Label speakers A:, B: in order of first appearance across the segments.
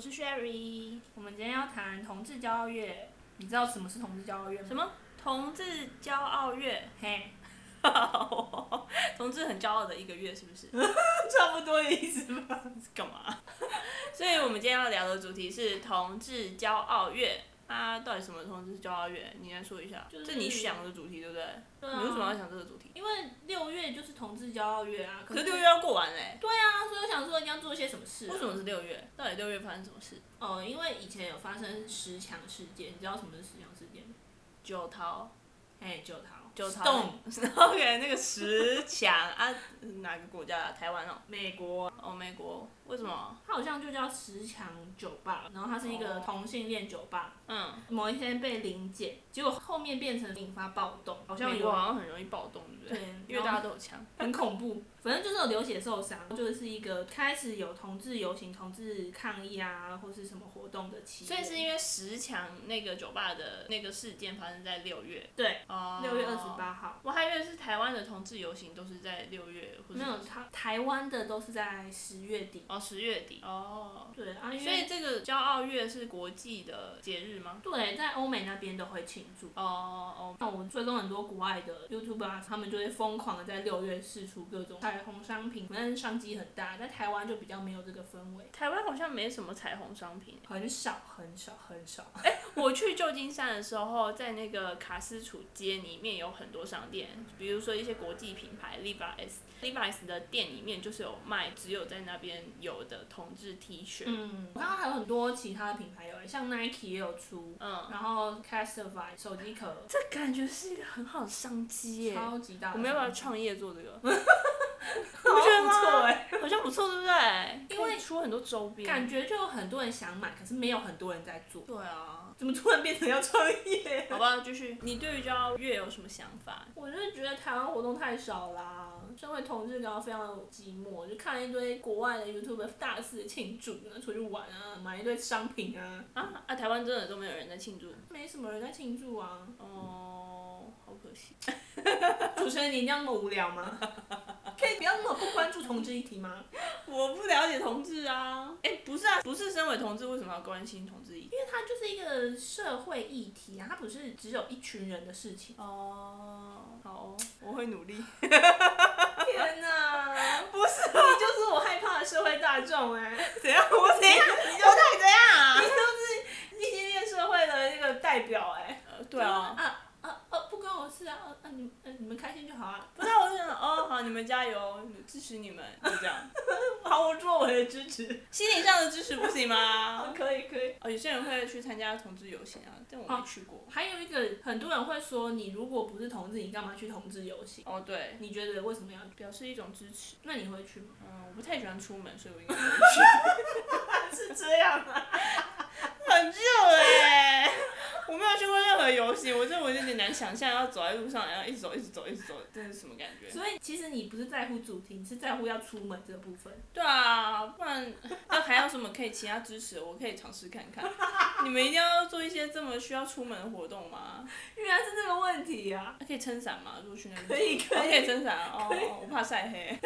A: 是 Sherry，我们今天要谈同志骄傲月。你知道什么是同志骄傲月吗？
B: 什么？同志骄傲月，
A: 嘿，
B: 同志很骄傲的一个月，是不是？
A: 差不多的意思吧。
B: 干嘛？所以我们今天要聊的主题是同志骄傲月。啊，到底什么同志骄傲月？你来说一下，
A: 就是
B: 这你想的主题，对不对？啊
A: 对
B: 你为什么要？想这个主题？
A: 因为六月就是同志骄傲月啊。
B: 可是六月要过完嘞、
A: 对啊，所以我想说一定要做些什么事、啊。
B: 为什么是六月？到底六月发生什么事？
A: 哦，因为以前有发生十强事件，你知道什么是十强事件吗？
B: 九桃，
A: 嘿，九桃，
B: 九桃
A: Stone，
B: ，OK，那个十强啊，哪个国家啊？台湾哦，
A: 美国，
B: 哦，美国，为什么？
A: 它好像就叫十强酒吧，然后它是一个
B: 哦
A: 同性恋酒吧。
B: 嗯，
A: 某一天被临检，结果后面变成引发暴动，好像
B: 美
A: 有
B: 国好像很容易暴动，对不对？
A: 对
B: 因
A: 然
B: 为
A: 后
B: 大家都有枪。
A: 很恐怖，反正就是有流血受伤，就是一个开始有同志游行、同志抗议啊，或是什么活动的期。
B: 所以是因为十强那个酒吧的那个事件发生在六月，
A: 对
B: 哦
A: 六月二十。八号，
B: 我还以为是台湾的同志游行都是在六月，或者
A: 没有他台湾的都是在十月底。
B: 哦十月底哦。
A: 对啊，因
B: 所
A: 为
B: 以这个骄傲月是国际的节日吗？
A: 对在欧美那边都会庆祝。
B: 哦哦，
A: 那我们追踪很多国外的 YouTube 啊，他们就会疯狂的在六月试出各种彩虹商品，反正商机很大。在台湾就比较没有这个氛围，
B: 台湾好像没什么彩虹商品。
A: 很少很少很少。
B: 我去旧金山的时候，在那个卡斯楚街里面有很多商店，比如说一些国际品牌 Levi's、Levi's 的店里面就是有卖只有在那边有的同志 T 恤。
A: 嗯，我看到还有很多其他的品牌有欸，像 Nike 也有出，
B: 嗯，
A: 然后 Castify 手机壳
B: 这感觉是一个很好的商机耶。
A: 超级大，
B: 我们要不要？创业做这个？
A: 好
B: 觉得
A: 不
B: 吗
A: 错哎、
B: 好像不错，对不对？
A: 因为
B: 可以出很多周边。
A: 感觉就有很多人想买，可是没有很多人在做，
B: 对啊。
A: 怎么突然变成要创业？
B: 好吧，继续。你对于骄傲月有什么想法？
A: 我就是觉得台湾活动太少啦，身为同志感到非常寂寞，就看一堆国外的 YouTube 大肆庆祝，然后出去玩啊，买一堆商品啊，
B: 啊啊！台湾真的都没有人在庆祝。
A: 没什么人在庆祝啊。
B: 哦，好可惜。
A: 主持人，你一定要那么无聊吗？可以不要那么不关注同志议题吗？
B: 我不了解同志啊。哎、不是啊，不是身为同志，为什么要关心同志议题？。
A: 因为它就是一个社会议题啊，它不是只有一群人的事情
B: 哦，好哦，我会努力。
A: 天哪， 不是，啊你就是我害怕的社会大众哎、
B: 怎样？我怎样？你我到底怎样啊？
A: 异性恋社会的那个代表哎、
B: 呃对啊。
A: 啊啊啊！不关我事啊，啊啊你们啊你们开心就好啊。
B: 不是啊，我就想，哦，好，你们加油，支持你们，就这样。
A: 好，我做我的支持。
B: 心理上的支持不行
A: 啊，
B: 吗？
A: 可以可以。
B: 哦，有些人会去参加同志游行啊，但我没去过。
A: 还有一个，很多人会说，你如果不是同志，你干嘛去同志游行？
B: 哦，对，
A: 你觉得为什么要？
B: 表示一种支持。
A: 那你会去吗？
B: 嗯，我不太喜欢出门，所以我应该不会去。
A: 是这样啊。
B: 很热哎、我没有去过任何游行，我真的我有点难想象要走在路上，然后一直走一直走一直走，这是什么感觉？
A: 所以其实你不是在乎主题，你是在乎要出门这部分。
B: 对啊，不然那还有什么可以其他支持的？我可以尝试看 看。你们一定要做一些这么需要出门的活动吗？
A: 原来是这个问题啊！
B: 可以撑伞吗？如果去那边
A: 可以
B: 哦
A: 可以。
B: 可以撑伞啊哦，我怕晒黑。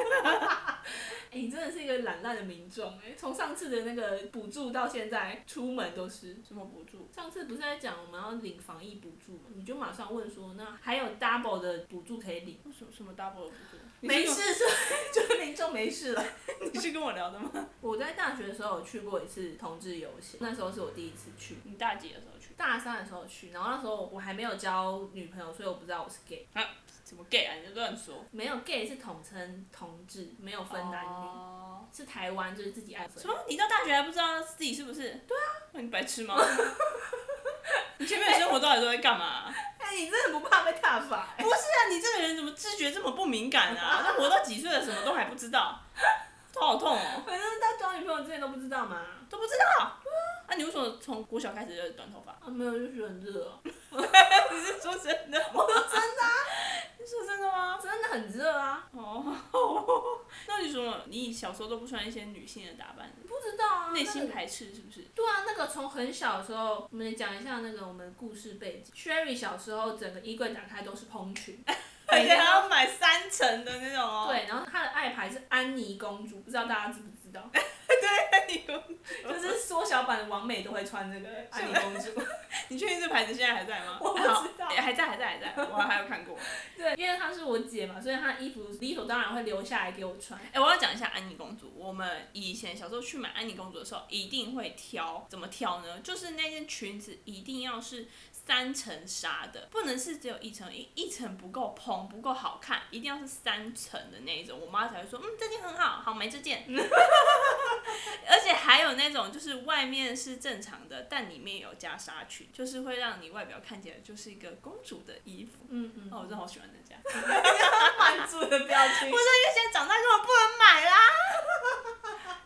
A: 哎、你真的是一个懒懒的民众哎、从上次的那个补助到现在，出门都是。
B: 什么补助？
A: 上次不是在讲我们要领防疫补助嘛，你就马上问说，那还有 double 的补助可以领？
B: 什么什么 double 的补助？
A: 没事，就就民众没事了。
B: 你是跟我，你是跟我聊的吗？
A: 我在大学的时候有去过一次同志游行，那时候是我第一次去，
B: 你大几的时候去？
A: 大三的时候去，然后那时候我还没有交女朋友，所以我不知道我是 gay，
B: 什么 gay 啊？你就乱说。
A: 没有 gay 是统称同志，没有分男女。
B: 哦
A: 是台湾，就是自己爱分
B: 什。么？你到大学还不知道自己是不是？对啊。你白痴吗？ 你前面的生活到底都在干嘛、
A: 哎、你真的不怕被踏伐、欸
B: 不是啊，你这个人怎么知觉这么不敏感啊？那活到几岁了，什么都还不知道，头好痛哦！
A: 反正到交女朋友之前都不知道嘛。
B: 都不知道。那、啊你为什么从国小开始就短头发？
A: 啊，没有，就觉得很热啊，
B: 你是 说真的？我说真的、你说真的吗？
A: 真的很热啊。
B: 哦，那你说你小时候都不穿一些女性的打扮，
A: 不知道啊，
B: 内心
A: 那个
B: 排斥是不 是？
A: 对啊，那个从很小的时候，我们讲一下那个我们故事背景。Sherry 小时候整个衣柜打开都是蓬 裙，
B: 而
A: 啊
B: 且还要买三层的那种哦。
A: 对，然后她的爱牌是安妮公主，不知道大家知不知道？ 就是缩小版王美都会穿这个安妮公主。
B: 你确定这牌子现在还在吗？
A: 我不知道
B: 哎还在还在还在，我还有看过。
A: 对，因为她是我姐嘛，所以她衣服理所当然会留下来给我穿。
B: 哎、我要讲一下安妮公主。我们以前小时候去买安妮公主的时候，一定会挑，怎么挑呢？就是那件裙子一定要是三层纱的，不能是只有一层，一一层不够蓬，不够好看，一定要是三层的那一种。我妈才会说，嗯，这件很好，好买这件。 而且还有那种就是外面是正常的，但里面有加纱裙，就是会让你外表看起来就是一个公主的衣服。
A: 嗯嗯，
B: 哦，我真的好喜欢那家。
A: 满足的标签
B: 不。是因为现在长大根本不能买啦。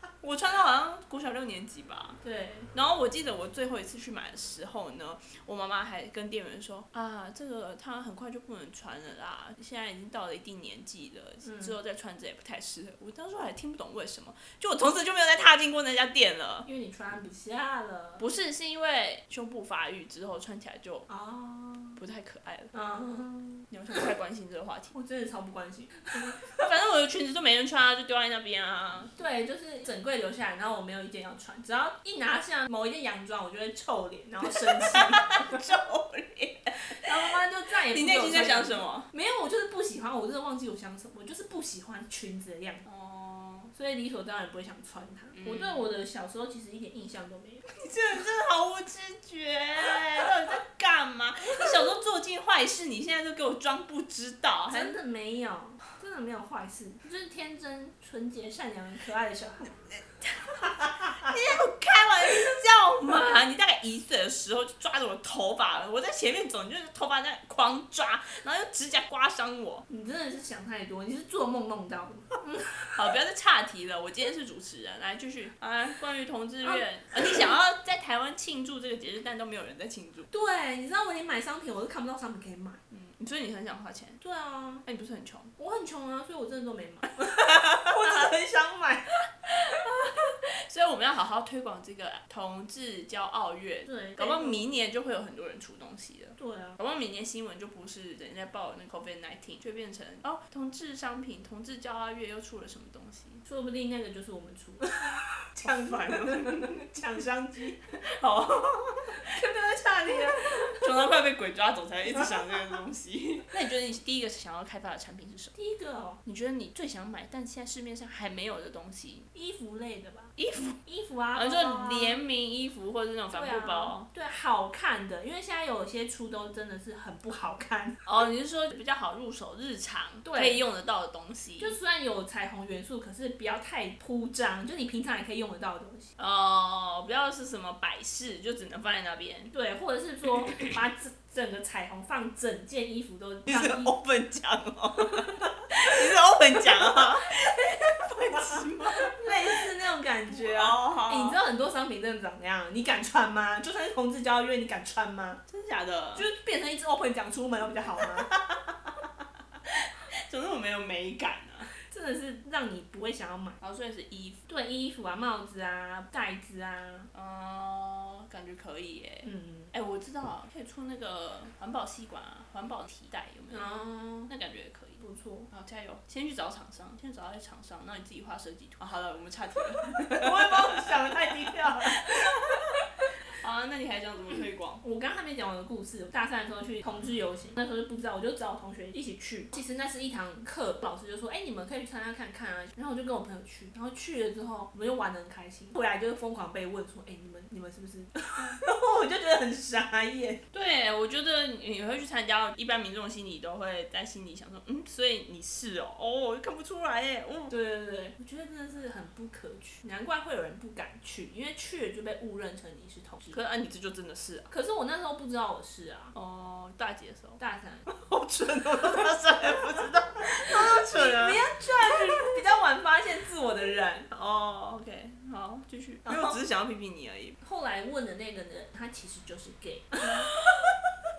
B: 我穿到好像国小六年级吧，
A: 对，
B: 然后我记得我最后一次去买的时候呢，我妈妈还跟店员说啊，这个她很快就不能穿了啦，现在已经到了一定年纪了，之后再穿着也不太适合。我当时还听不懂为什么，就我从此就没有再踏进过那家店了。
A: 因为你穿不下了。
B: 不是，是因为胸部发育之后穿起来就
A: 啊
B: 不太可爱了。
A: 啊！，
B: 你好像不太关心这个话题
A: 我真的超不关心。
B: 反正我的裙子就没人穿啊，就丢在那边啊。
A: 对，就是整柜留下来，然后我没有一件要穿，只要一拿下某一件洋装，我就会臭脸，然后生 气，
B: 就
A: 然后妈妈就再也不
B: 你
A: 给
B: 内
A: 我
B: 心在
A: 穿洋
B: 想什
A: 装？
B: 么？
A: 没有，我就是不喜欢，我真的忘记我想什么，我就是不喜欢裙子的样子，
B: 哦，
A: 所以理所当然不会想穿它。我对我的小时候其实一点印象都没有。
B: 你这人真的毫无知觉，欸到底在干嘛？你小时候做尽坏事，你现在就给我装不知道，还
A: 哦真的没有，真的没有坏事，就是天真、纯洁、善良、可爱的小孩。
B: 开玩笑嘛？你大概一岁的时候就抓着我的头发，我在前面走，你就是头发在狂抓，然后用指甲刮伤我。
A: 你真的是想太多，你是做梦梦到的。
B: 好，不要再岔题了，我今天是主持人，来继续啊，关于同志月，呃你想要在台湾庆祝这个节日，但都没有人在庆祝，
A: 对，你知道我连买商品我都看不到商品可以买。
B: 嗯，所以你很想花钱，
A: 对啊，
B: 那、你不是很穷？
A: 我很穷啊，所以 我真的都没买。我只是很想买。
B: 所以我们要好好推广这个同志骄傲月，
A: 对，
B: 搞不好明年就会有很多人出东西了。
A: 对啊，
B: 搞不好明年新闻就不是人家报那 COVID nineteen，就变成哦，同志商品、同志骄傲月又出了什么东 西？
A: 说不定那个就是我们出 的
B: 相反了，
A: 抢商机。
B: 好，
A: 不要啊吓你了。
B: 穷到快被鬼抓走，才一直想这个东 西。那你觉得你第一个想要开发的产品是什么？
A: 第一个哦，
B: 你觉得你最想买，但现在市面上还没有的东西？
A: 衣服类的吧，
B: 衣服，
A: 衣服啊，
B: 好像
A: 包包啊
B: 说联名衣服或者是那种帆布包。
A: 对啊，对，好看的，因为现在有些出都真的是很不好 看。
B: 哦，你是说比较好入手、日常
A: 对
B: 可以用得到的东西？
A: 就虽然有彩虹元素，可是不要太铺张，就你平常也可以用得到的东西。
B: 哦，不要是什么摆饰，就只能放在那边。
A: 对，或者是 说把整整个彩虹放整件衣服都当衣服，
B: open 讲哦， 你是 open 讲啊，
A: 类似那种感觉 啊。哎你
B: 哦
A: 知，道很多商品真的长那样，你敢穿吗？就算是同志交约，你敢穿吗？
B: 真的假的？
A: 就是变成一只 open 讲出门会比较好吗？
B: 总之我没有美感啊。
A: 真的是让你不会想要买。
B: 然后所以是衣服，
A: 对，衣服啊、帽子啊、袋子啊，
B: 哦，感觉可以耶。
A: 嗯，
B: 哎、我知道可以出那个环保吸管啊，环保提袋有没有？
A: 哦，
B: 那感觉也可以。
A: 不错。
B: 好，加油！先去找厂商，先找到一些厂商，那你自己画设计图。啊，好了，我们岔题了。
A: 我也把我想的太低调了。
B: 好啊，那你还想怎么推广？
A: 我刚刚还没讲完的故事，我大三的时候去同志游行，那时候就不知道，我就找我同学一起去。其实那是一堂课，老师就说，哎、你们可以去参加看看啊。然后我就跟我朋友去，然后去了之后，我们就玩得很开心。回来就疯狂被问说，哎、你们你们是不是？ 然后我就觉得很傻眼。
B: 对，我觉得你会去参加，一般民众心里都会在心里想说，嗯，所以你是哦，哦，我看不出来耶，哦，
A: 对对对，我觉得真的是很不可取，难怪会有人不敢去，因为去了就被误认成你是同志。
B: 可是啊，你这就真的是啊，
A: 可是我那时候不知道我是啊，
B: 哦，大姐的时候，
A: 大三。
B: 好蠢哦，他谁也不知道，好蠢啊
A: 不，要 judge 比较晚发现自我的人。
B: 哦，OK，好，继续，因为我只是想要批评你而已，
A: 后来问的那个呢，他其实就是 gay。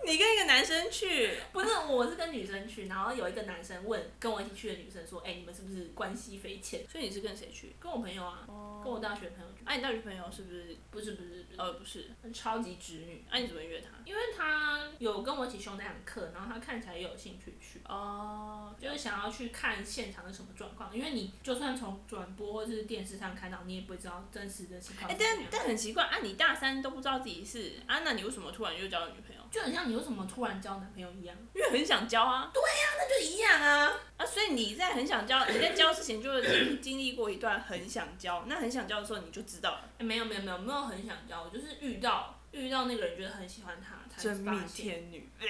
B: 你跟一个男生去，
A: 不是，我是跟女生去，然后有一个男生问跟我一起去的女生说，哎、你们是不是关系匪浅？
B: 所以你是跟谁去？
A: 跟我朋友啊，
B: 哦
A: 跟我大学朋友去，
B: 啊，你大学朋友是不是？
A: 不是不是，不
B: 呃，不是，
A: 是超级直女，
B: 啊，你怎么约他？
A: 因为他有跟我一起修那堂课，然后他看起来也有兴趣去。
B: 哦，
A: 就是想要去看现场是什么状况，因为你就算从转播或是电视上看到，你也不会知道真实的情况
B: 哎、
A: 是怎么
B: 但
A: 样。
B: 但很奇怪啊，你大三都不知道自己是啊，那你为什么突然又交了女朋友？
A: 就很像你为什么突然交男朋友一样，
B: 因为很想交啊，
A: 那就一样啊。
B: 啊，所以你在很想交，你在交之前就经经历过一段很想交，那很想交的时候你就知道了，
A: 哎没有没有没有没有很想交，我就是遇到遇到那个人觉得很喜欢他才
B: 真
A: 发
B: 命
A: 现。
B: 天女，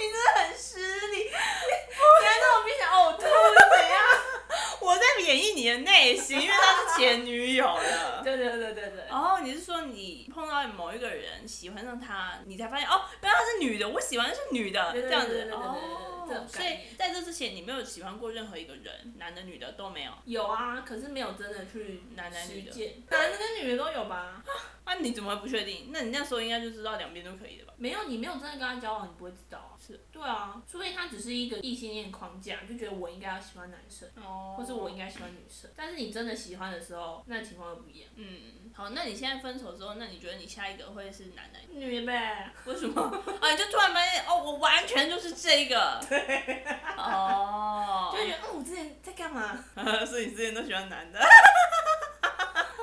A: 你真的很失礼，你还在我面前呕吐是怎样？
B: 我在演绎你的内心，因为她是前女友 了。
A: 对对对对对。
B: 哦，你是说你碰到某一个人喜欢上他，你才发现哦，原来他是女的，我喜欢的是女的，
A: 对对
B: 这样
A: 对
B: 子
A: 对对对对
B: 哦
A: 对对这种。
B: 所
A: 概念
B: 以在这之前，你没有喜欢过任何一个人，男的女的都没有。
A: 有啊，可是没有真的去
B: 男男女的
A: 实践，男的跟女的都有吧？
B: 那、你怎么会不确定？那你那时候应该就知道两边都可以的吧？
A: 没有，你没有真的跟他交往，你不会知道啊。
B: 是，
A: 对啊，除非他只是一个异性恋框架，就觉得我应该要喜欢男生，
B: 哦
A: 或是我应该喜欢女生。但是你真的喜欢的时候，那情况又不一样。
B: 嗯，好，那你现在分手之后，那你觉得你下一个会是男的？
A: 女的呗，
B: 为什么？啊，你就突然发现哦，我完全就是这个。对。哦。
A: 就觉得，哦，我之前在干嘛？
B: 所以你之前都喜欢男的。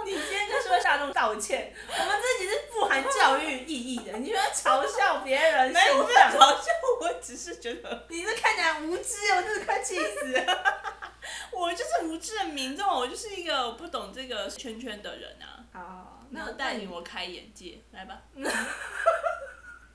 A: 你今天就是会向众道歉，我们这集是富含教育意义的，你就要嘲笑别人，
B: 没有，我没有 嘲笑，我只是觉得。
A: 你这看起来很无知，我真的快气死了。
B: 我就是无知的民众，我就是一个我不懂这个圈圈的人啊。
A: 好，
B: 然
A: 那
B: 后带领我开眼界，来吧。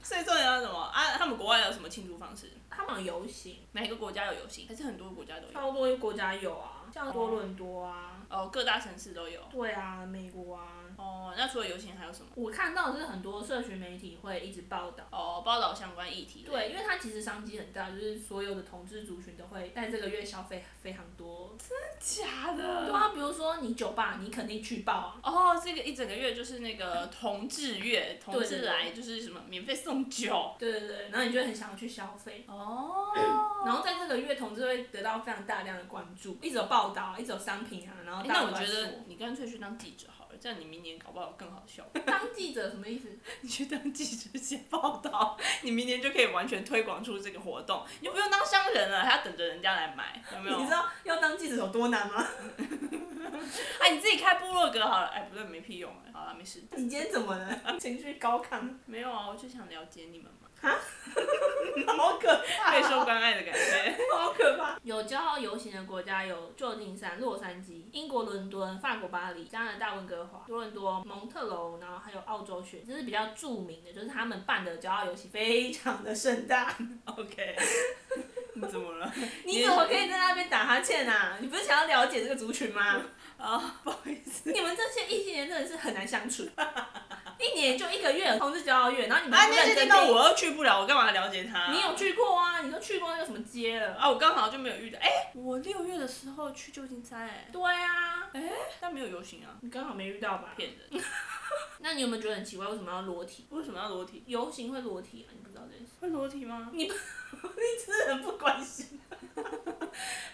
B: 所以重点要什么啊？他们国外有什么庆祝方式？
A: 他们有游行，
B: 每个国家有游行，还是很多国家都有？
A: 超多国家有啊，像多伦多啊，
B: 哦，各大城市都有。
A: 对啊，美国啊，
B: 哦，那除了游行还有什么？
A: 我看到的是很多社群媒体会一直报道。
B: 哦，报道相关议题。
A: 对，因为它其实商机很大，就是所有的同志族群都会在这个月消费非常多。
B: 假
A: 对
B: 的。
A: 啊，比如说你酒吧，你肯定去报啊。
B: 哦，这个一整个月就是那个同志月，同
A: 对
B: 志
A: 对
B: 来就是什么免费送酒。
A: 对对对，然后你就会很想要去消费。
B: 哦。
A: 然后在这个月，同志会得到非常大量的关注，一直有报道，一直有商品啊，然后
B: 哎
A: 大
B: 那
A: 家
B: 我
A: 都在
B: 觉
A: 说
B: 得你干脆去当记者好了，这样你明年搞不好更好笑。
A: 当记者什么意思？
B: 你去当记者写报道，你明年就可以完全推广出这个活动，你就不用当商人了，还要等着人家来买，有没 有
A: 你？知道要当记者有多难吗？
B: 哎，你自己开部落格好了，哎，不对，没屁用哎，好了，没事，
A: 你今天怎么了？情绪高亢，
B: 没有啊，我就想了解你们 嘛，
A: 好可
B: 备受关爱的感觉。
A: 好可怕！有骄傲游行的国家有旧金山、洛杉矶、英国伦敦、法国巴黎、加拿大温哥华、多伦多、蒙特楼，然后还有澳洲选，这是比较著名的，就是他们办的骄傲游行非常的盛大。
B: OK，你怎么了？
A: 你怎么可以在那边打哈欠啊？你不是想要了解这个族群 吗？
B: 啊、不好意思。
A: 你们这些异性恋真的是很难相处，一年就一个月同志骄傲月，然后你们
B: 啊，
A: 不
B: 那
A: 认
B: 些
A: 真
B: 地方我又去不了，我干嘛了解他？
A: 你有去过啊？你都去过那个什么街了？
B: 啊？我刚好就没有遇到。哎、我六月的时候去旧金山、哎，
A: 对啊，
B: 但没有游行啊，
A: 你刚好没遇到吧？
B: 骗人。
A: 那你有没有觉得很奇怪，为什么要裸体？
B: 为什么要裸体？
A: 游行会裸体啊？你不知道这件事？
B: 会裸体吗？
A: 真的很不关心。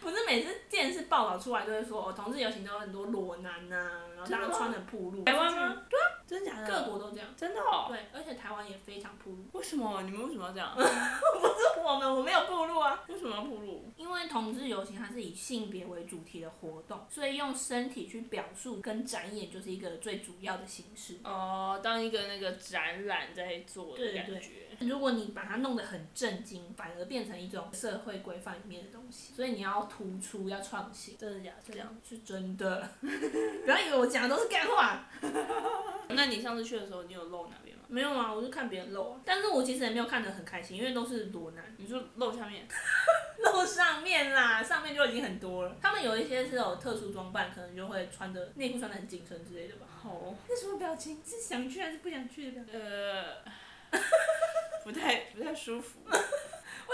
A: 不是每次电视报道出来都会说，哦，同志游行都有很多裸男呐、然后大家穿的暴露。
B: 台湾吗？对啊，真假的？
A: 各国都这样。
B: 真的哦。
A: 对，而且台湾也非常暴露。
B: 为什么？你们为什么要这样？
A: 是我们，我没有暴露啊。
B: 为什么要铺路？
A: 因为同志游行它是以性别为主题的活动，所以用身体去表述跟展演就是一个最主要的形式。
B: 哦、当一个那个展览在做
A: 对
B: 的
A: 对
B: 感觉。
A: 如果你把它弄得很震惊，反而变成一种社会规范里面的东西。所以你要突出，要创新。
B: 真的假的？这样。
A: 是真的， 不要以为我讲的都是干话。
B: 那你上次去的时候，你有露哪边吗？
A: 没有啊，我就看别人露啊，但是我其实也没有看得很开心，因为都是裸男
B: 你说露下面？
A: 露上面啦，上面就已经很多了。他们有一些是有特殊装扮，可能就会穿的内裤穿的很紧身之类的吧。
B: 好。
A: 那什么表情？是想去还是不想去的表情？
B: 呃， 不太不太舒服，
A: 为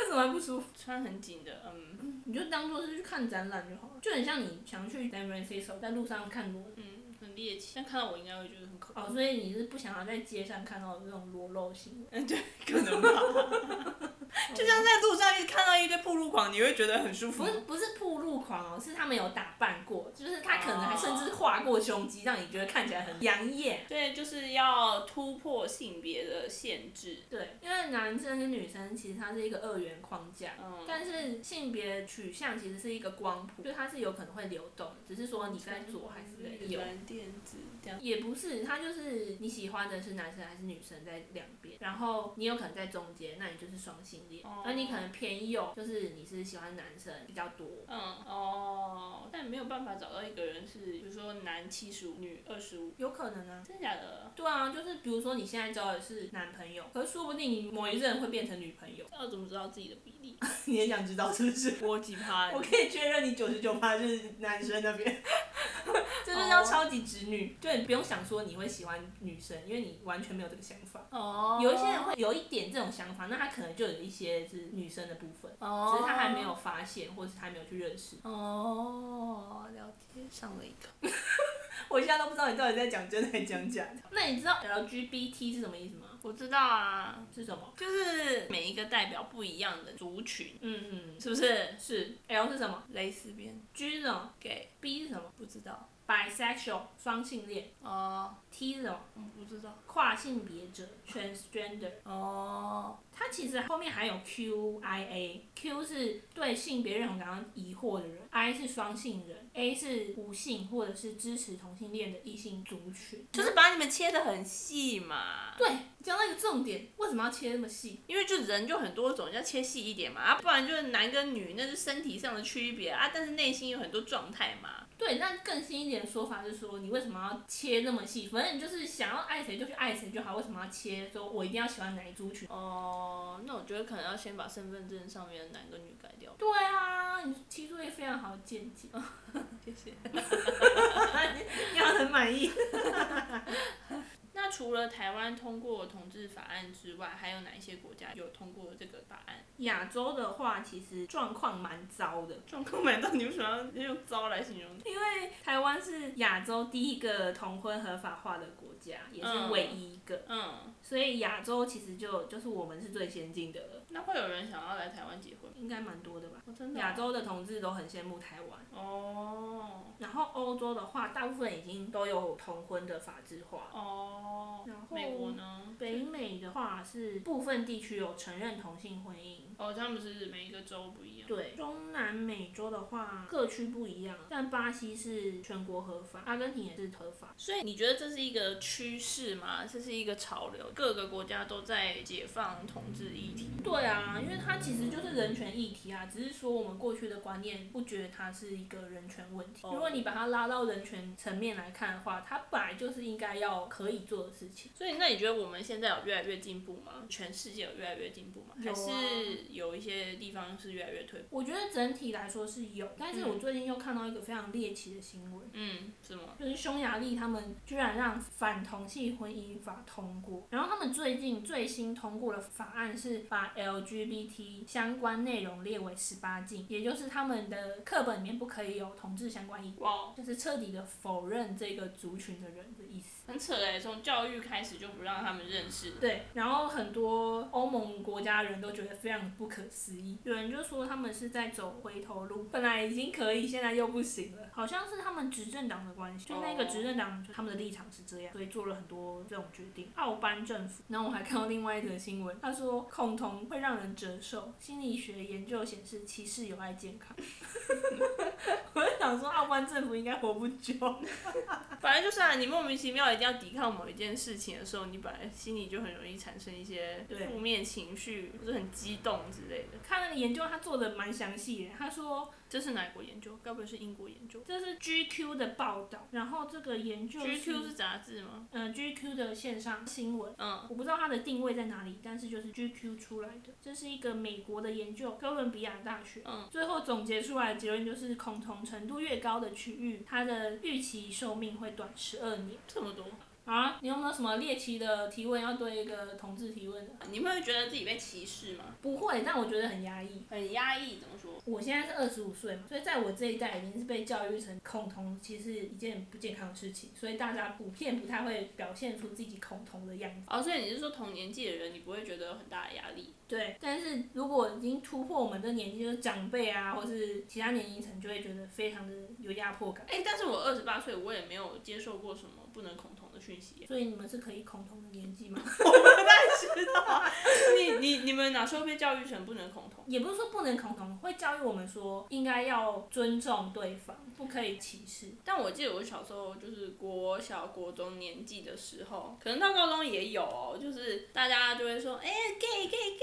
A: 什么还不舒服？
B: 穿很紧的，嗯
A: 你就当做是去看展览就好了，就很像你想去 San Francisco 在路上看裸。
B: 嗯，很猎奇，但看到我应该会觉得很可 怕
A: 哦，。所以你是不想要在街上看到这种裸露行为？
B: 嗯，对，可能吧。 就像在路上一直看到一堆暴露狂，你会觉得很舒服
A: 不
B: 吗。
A: 是不是铺路狂哦，是他们有打扮过，就是他可能还
B: 哦
A: 甚至画过胸肌，让你觉得看起来很养眼。
B: 对，就是要突破性别的限制。
A: 对，因为男生跟女生其实它是一个二元框架，
B: 嗯，
A: 但是性别取向其实是一个光谱，就它是有可能会流动，只是说你在左还是在右。
B: 蓝电子这样。
A: 也不是，它就是你喜欢的是男生还是女生在两边，然后你有可能在中间，那你就是双性恋
B: 哦，
A: 那、你可能偏右，就是你是喜欢男生比较多。
B: 嗯哦，但没有办法找到一个人是，比如说男七十五，女二十五，
A: 有可能啊，
B: 真的假的？
A: 对啊，就是比如说你现在交的是男朋友，可是说不定你某一任会变成女朋友，
B: 要怎么知道自己的比例？
A: 你也想知道是不是？
B: 我几趴
A: 我可以确认你九十九趴就是男生那边，哦这就是叫超级直女。就你不用想说你会喜欢女生，因为你完全没有这个想法。
B: 哦，
A: 有一些人会有一点这种想法，那他可能就有一些是女生的部分，
B: 哦，
A: 只是他还没有发现，或是还没有去认识。
B: 哦，了解，上了一课。
A: 我现在都不知道你到底在讲真的还是讲假的。那你知道 LGBT 是什么意思吗？
B: 我知道啊，
A: 是什么？
B: 就是每一个代表不一样的族群，
A: 嗯嗯，
B: 是不是？
A: 是 L 是什么
B: 蕾丝边
A: ？G 是什么
B: gay
A: ？B 是什么
B: 不知道
A: ？Bisexual 双性恋
B: 哦，
A: ，T 是什么？
B: 我不知道
A: 跨性别者 transgender。
B: 哦，
A: 它其实后面还有 QIA，Q 是对性别认同感到疑惑的人，I 是双性人，A 是无性或者是支持同性恋的异性族群。
B: 就是把你们切的很细嘛。
A: 对，讲到一个重点，为什么要切那么细？
B: 因为就人就很多种，要切细一点嘛，啊，不然就是男跟女，那是身体上的区别啊，但是内心有很多状态嘛。
A: 对，那更新一点的说法是说，你为什么要切那么细？反正你就是想要爱谁就去爱谁就好，为什么要切？说我一定要喜欢哪一族群？
B: 哦，那我觉得可能要先把身份证上面的男跟女改掉。
A: 对啊，你提出一个非常好的见解，
B: 谢谢。
A: 你好像很满意。
B: 那除了台湾通过同志法案之外，还有哪一些国家有通过这个法案？
A: 亚洲的话，其实状况蛮糟的。
B: 状况买到你为什么要用糟来形容？
A: 因为台湾是亚洲第一个同婚合法化的国家，也是唯一一个，
B: 嗯，
A: 所以亚洲其实就就是我们是最先进的了，
B: 那会有人想要来台湾结婚吗？
A: 应该蛮多的吧。
B: 我、真的
A: 亚
B: 啊、
A: 洲的同志都很羡慕台湾，
B: 哦
A: 然后欧洲的话，大部分已经都有同婚的法制化。
B: 哦，
A: 然后
B: 美国呢？
A: 北美的话是部分地区有承认同性婚姻，
B: 哦，他们是每一个州不一样。
A: 对，中南美洲的话各区不一样，但巴西是全国合法，阿根廷也是合法。
B: 所以你觉得这是一个趋势吗？这是一个潮流，各个国家都在解放同志议题。
A: 对啊，因为它其实就是人权议题啊，只是说我们过去的观念不觉得它是一个人权问题。
B: 哦
A: 如果你把它拉到人权层面来看的话，它本来就是应该要可以做的事情。
B: 所以，那你觉得我们现在有越来越进步吗？全世界有越来越进步吗？
A: 有
B: 还
A: 啊
B: 是有一些地方是越来越退步？
A: 我觉得整体来说是有，但是
B: 嗯
A: 我最近又看到一个非常猎奇的新闻。
B: 嗯，是吗？
A: 就是匈牙利，他们居然让反同性婚姻法通过，然后他们最近最新通过的法案是把 LGBT 相关内容列为十八禁，也就是他们的课本里面不可以有同志相关议题。
B: 哇，
A: 就是彻底的否认这个族群的人的意思。
B: 很扯哎！从教育开始就不让他们认识。
A: 对，然后很多欧盟国家人都觉得非常不可思议，有人就说他们是在走回头路，本来已经可以，现在又不行了，好像是他们执政党的关系，就那个
B: 哦
A: 执政党就他们的立场是这样，所以做了很多这种决定。奥班政府，然后我还看到另外一则新闻，他说恐同会让人折寿，心理学研究显示歧视有害健康。 我就想说，奥班政府应该活不久。
B: 反正就是啊，你莫名其妙一定要抵抗某一件事情的时候，你本来心里就很容易产生一些
A: 对
B: 负面情绪，或者很激动之类的。
A: 看那个研究，他做的蛮详细的。他说
B: 这是哪国研究？该不会是英国研究
A: 这是 GQ 的报道，然后这个研究
B: ？GQ 是杂志吗？
A: 呃 GQ 的线上新闻。
B: 嗯，
A: 我不知道它的定位在哪里，但是就是 GQ 出来的，这是一个美国的研究，哥伦比亚大学。
B: 嗯，
A: 最后总结出来的结论就是，恐同程度越高的区域，它的预期寿命会短十二年。
B: 这么多，
A: 好啊，你有没有什么猎奇的提问要对一个同志提问的？
B: 你们会觉得自己被歧视吗？
A: 不会，但我觉得很压抑。
B: 很压抑，怎么说？
A: 我现在是二十五岁嘛，所以在我这一代已经是被教育成恐同其实是一件不健康的事情，所以大家普遍不太会表现出自己恐同的样子。
B: 哦，所以你是说同年纪的人，你不会觉得有很大的压力？
A: 对，但是如果已经突破我们的年纪，就是长辈啊，或是其他年龄层，就会觉得非常的有压迫感。。
B: 哎、但是我二十八岁，我也没有接受过什么不能恐同的讯息
A: 所以你们是可以恐同的年纪吗？
B: 你你你们哪时候被教育成不能恐同？
A: 也不是说不能恐同，会教育我们说应该要尊重对方，不可以歧视。
B: 但我记得我小时候就是国小、国中年纪的时候，可能到高中也有、哦，就是大家就会说，哎、g a y gay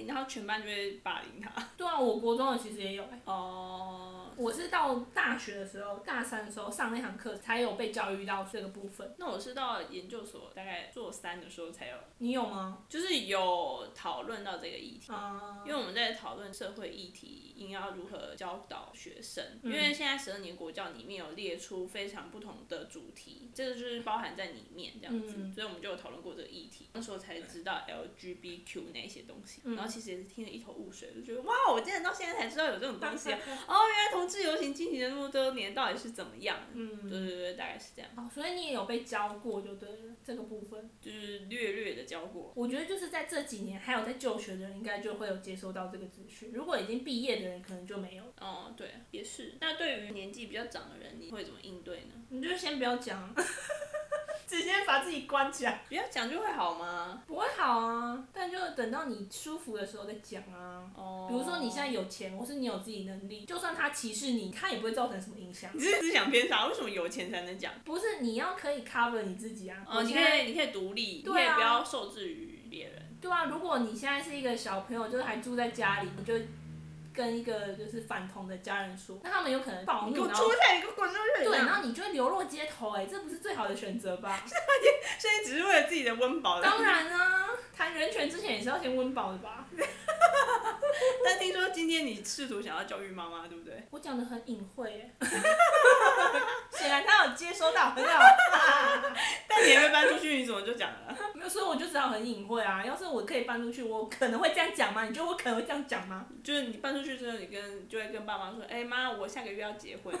B: gay，然后全班就会霸凌他。
A: 对啊，我国中的其实也有、欸。
B: 哦、
A: 我是到大学的时候，大三的时候上那堂课才有被教育到这个部分。
B: 那我是到研究所大概硕三的时候才有，
A: 你有吗？
B: 就是有讨论到这个议题。
A: 啊、
B: 因为我们在讨论社会议题，应该要如何教导学生。因为现在十二年国教里面有列出非常不同的主题，这个就是包含在里面这样子，
A: 嗯
B: 所以我们就有讨论过这个议题。那时候才知道 LGBTQ 那些东西，然后其实也是听了一头雾水，就觉得哇，我竟然到现在才知道有这种东西 啊！哦，原来同志游行进行了那么多年，到底是怎么样？
A: 嗯
B: 对对对，大概是这样，
A: 哦，所以你也有被教过，就对了这个部分。
B: 就是略略的教过。
A: 我觉得就是在这几年还有在就学的人，应该就会有接收到这个资讯。如果已经毕业的人，可能就没有。
B: 哦，对，也是。那对于年纪比较长的人，你会怎么应对呢？
A: 你就先不要讲， 直接把自己关起来，
B: 不要讲就会好吗？
A: 不会好啊。但就等到你舒服的时候再讲啊。
B: 哦，
A: 比如说你现在有钱，或是你有自己能力，就算他歧视你，他也不会造成什么影响。
B: 你是思想偏差，为什么有钱才能讲？
A: 不是你要可以 cover 你自己啊。
B: 哦，
A: 我
B: 你
A: 现
B: 可
A: 在
B: 以，你可以独立，你可
A: 对
B: 以
A: 啊
B: 不要受制于别人。
A: 对啊，如果你现在是一个小朋友，就是还住在家里，你就跟一个就是反同的家人说，那他们有可能暴
B: 你给
A: 怒，
B: 我
A: 然
B: 出
A: 后
B: 来！你给我滚出
A: 对，
B: 去！这样
A: 然后你就会流落街头、哎，这不是最好的选择 吧？
B: 所以只是为了自己的温饱。
A: 当，然啊，谈人权之前也是要先温饱的吧？
B: 但听说今天你试图想要教育妈妈，对不对？
A: 我讲的很隐晦、哎， 显然他有接收到，很好，
B: 但你还没搬出去，你怎么就讲了？
A: 没有，所以我就只好很隐晦啊。要是我可以搬出去，我可能会这样讲吗？你觉得我可能会这样讲吗？
B: 就是你搬出去之后，你跟就会跟爸妈说：“哎、妈，我下个月要结婚。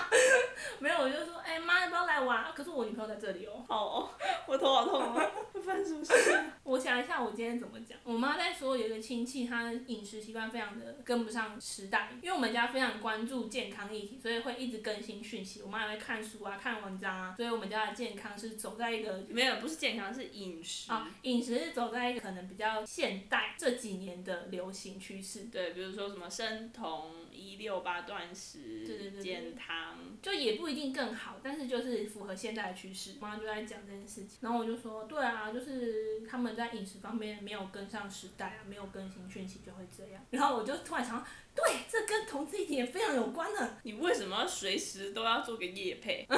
A: 没有，我就说，哎、妈，要不要来玩？啊可是我女朋友在这里哦。”
B: 好、哦，我头好痛哦，会发生什么事？
A: 我想一下，我今天怎么讲。我妈在说，有一个亲戚，她的饮食习惯非常的跟不上时代，因为我们家非常关注健康议题，所以会一直更新讯息。我妈也会看书啊，看文章啊，所以我们家的健康是走在一个
B: 没有，不是健康，是饮食。
A: 啊，饮食是走在一个可能比较现代这几年的流行趋势。
B: 对，比如说什么生酮、一六八断食、
A: 对对对对
B: 减糖，
A: 就也不一定更好，但是就是符合现在的趋势。我妈就在讲这件事情，然后我就说，对啊，就是他们在饮食方面没有跟上时代啊，没有更新讯息就会这样。然后我就突然想到，对，这跟同志一点也非常有关呢。
B: 你为什么随时都要做个夜配？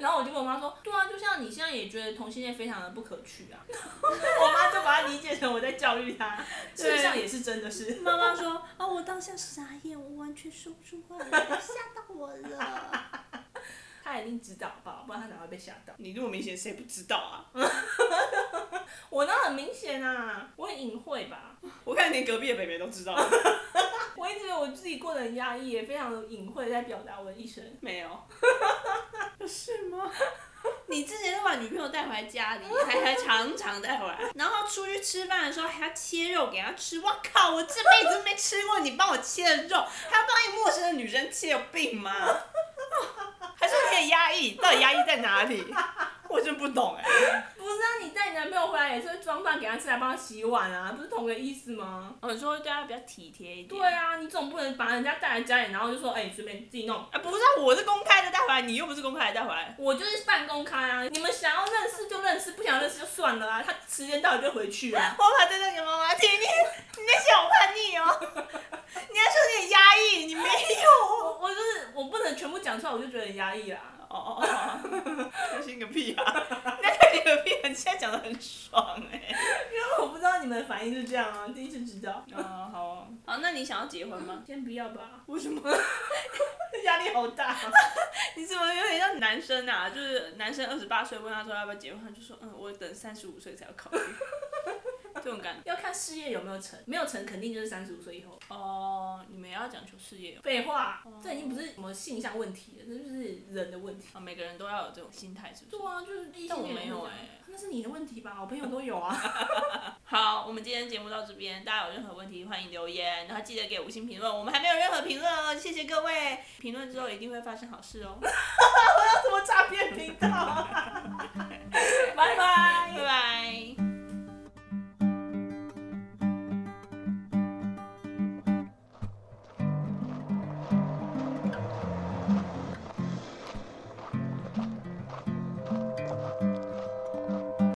A: 然后我就跟我妈说，对啊，就像你现在也觉得同性恋非常的不可取啊，我妈就把它理解成我在教育 她，事实上也是真的是。
B: 妈妈说：“哦，我当下傻眼，我完全说不出话来，吓到我了。
A: 她一定知道吧，不然她哪会被吓到”？
B: 你那么明显，谁不知道啊？
A: 我那很明显啊，我很隐晦吧。
B: 我看连隔壁的北北都知道。
A: 我一直觉得我自己过得很压抑，也非常的隐晦在表达我的一生。
B: 没有？ 是吗？ 你之前都把女朋友带回来家里，还还常常带回来， 然后出去吃饭的时候还要切肉给她吃。我靠！我这辈子都没吃过你帮我切的肉， 还要帮一个陌生的女生切，有病吗？ 还是你很压抑？到底压抑在哪里？ 我真不懂哎、
A: 不是啊，你带你男朋友回来也是会装饭给他吃，还帮他洗碗啊，不是同个意思吗？
B: 我哦说对她比较体贴一点。
A: 对啊，你总不能把人家带来家里，然后就说，哎、你随便自己弄。
B: 啊，不是啊，我是公开的带回来，你又不是公开的带回来。
A: 我就是半公开啊，你们想要认识就认识，不想认识就算了啊。他时间到了就回去 啊。
B: 我把这段给妈妈听，你你那些好叛逆哦，你还说你很压抑，你没有。
A: 我我就是我不能全部讲出来，我就觉得很压抑啊啦。
B: 哦哦哦，开心个屁啊！那开心个屁啊！你现在讲的很爽哎、
A: 因为我不知道你的反应是这样啊，第一次知道。
B: 哦，好哦，好，那你想要结婚吗？
A: 先不要吧，
B: 为什么？
A: 压力好大。啊
B: 你怎么有点像男生啊？就是男生二十八岁问他说要不要结婚，他就说嗯，我等三十五岁才要 考虑，这种感觉。
A: 要看事业有没有成，没有成肯定就是三十五岁以后。
B: 哦，你们也要讲求事业哦
A: 废话，这已经不是什么性向问题了，这就是人的问题。
B: 啊，每个人都要有这种心态，是不是
A: 对？啊，就是异
B: 但
A: 性
B: 我
A: 恋
B: 没有
A: 会这样
B: 欸
A: 那是你的问题吧？我朋友都有 啊。
B: 好，我们今天节目到这边，大家有任何问题欢迎留言，然后记得给五星评论，我们还没有任何评论哦，谢谢各位，评论之后一定会发生好事哦，
A: 什么诈骗频道啊？拜拜。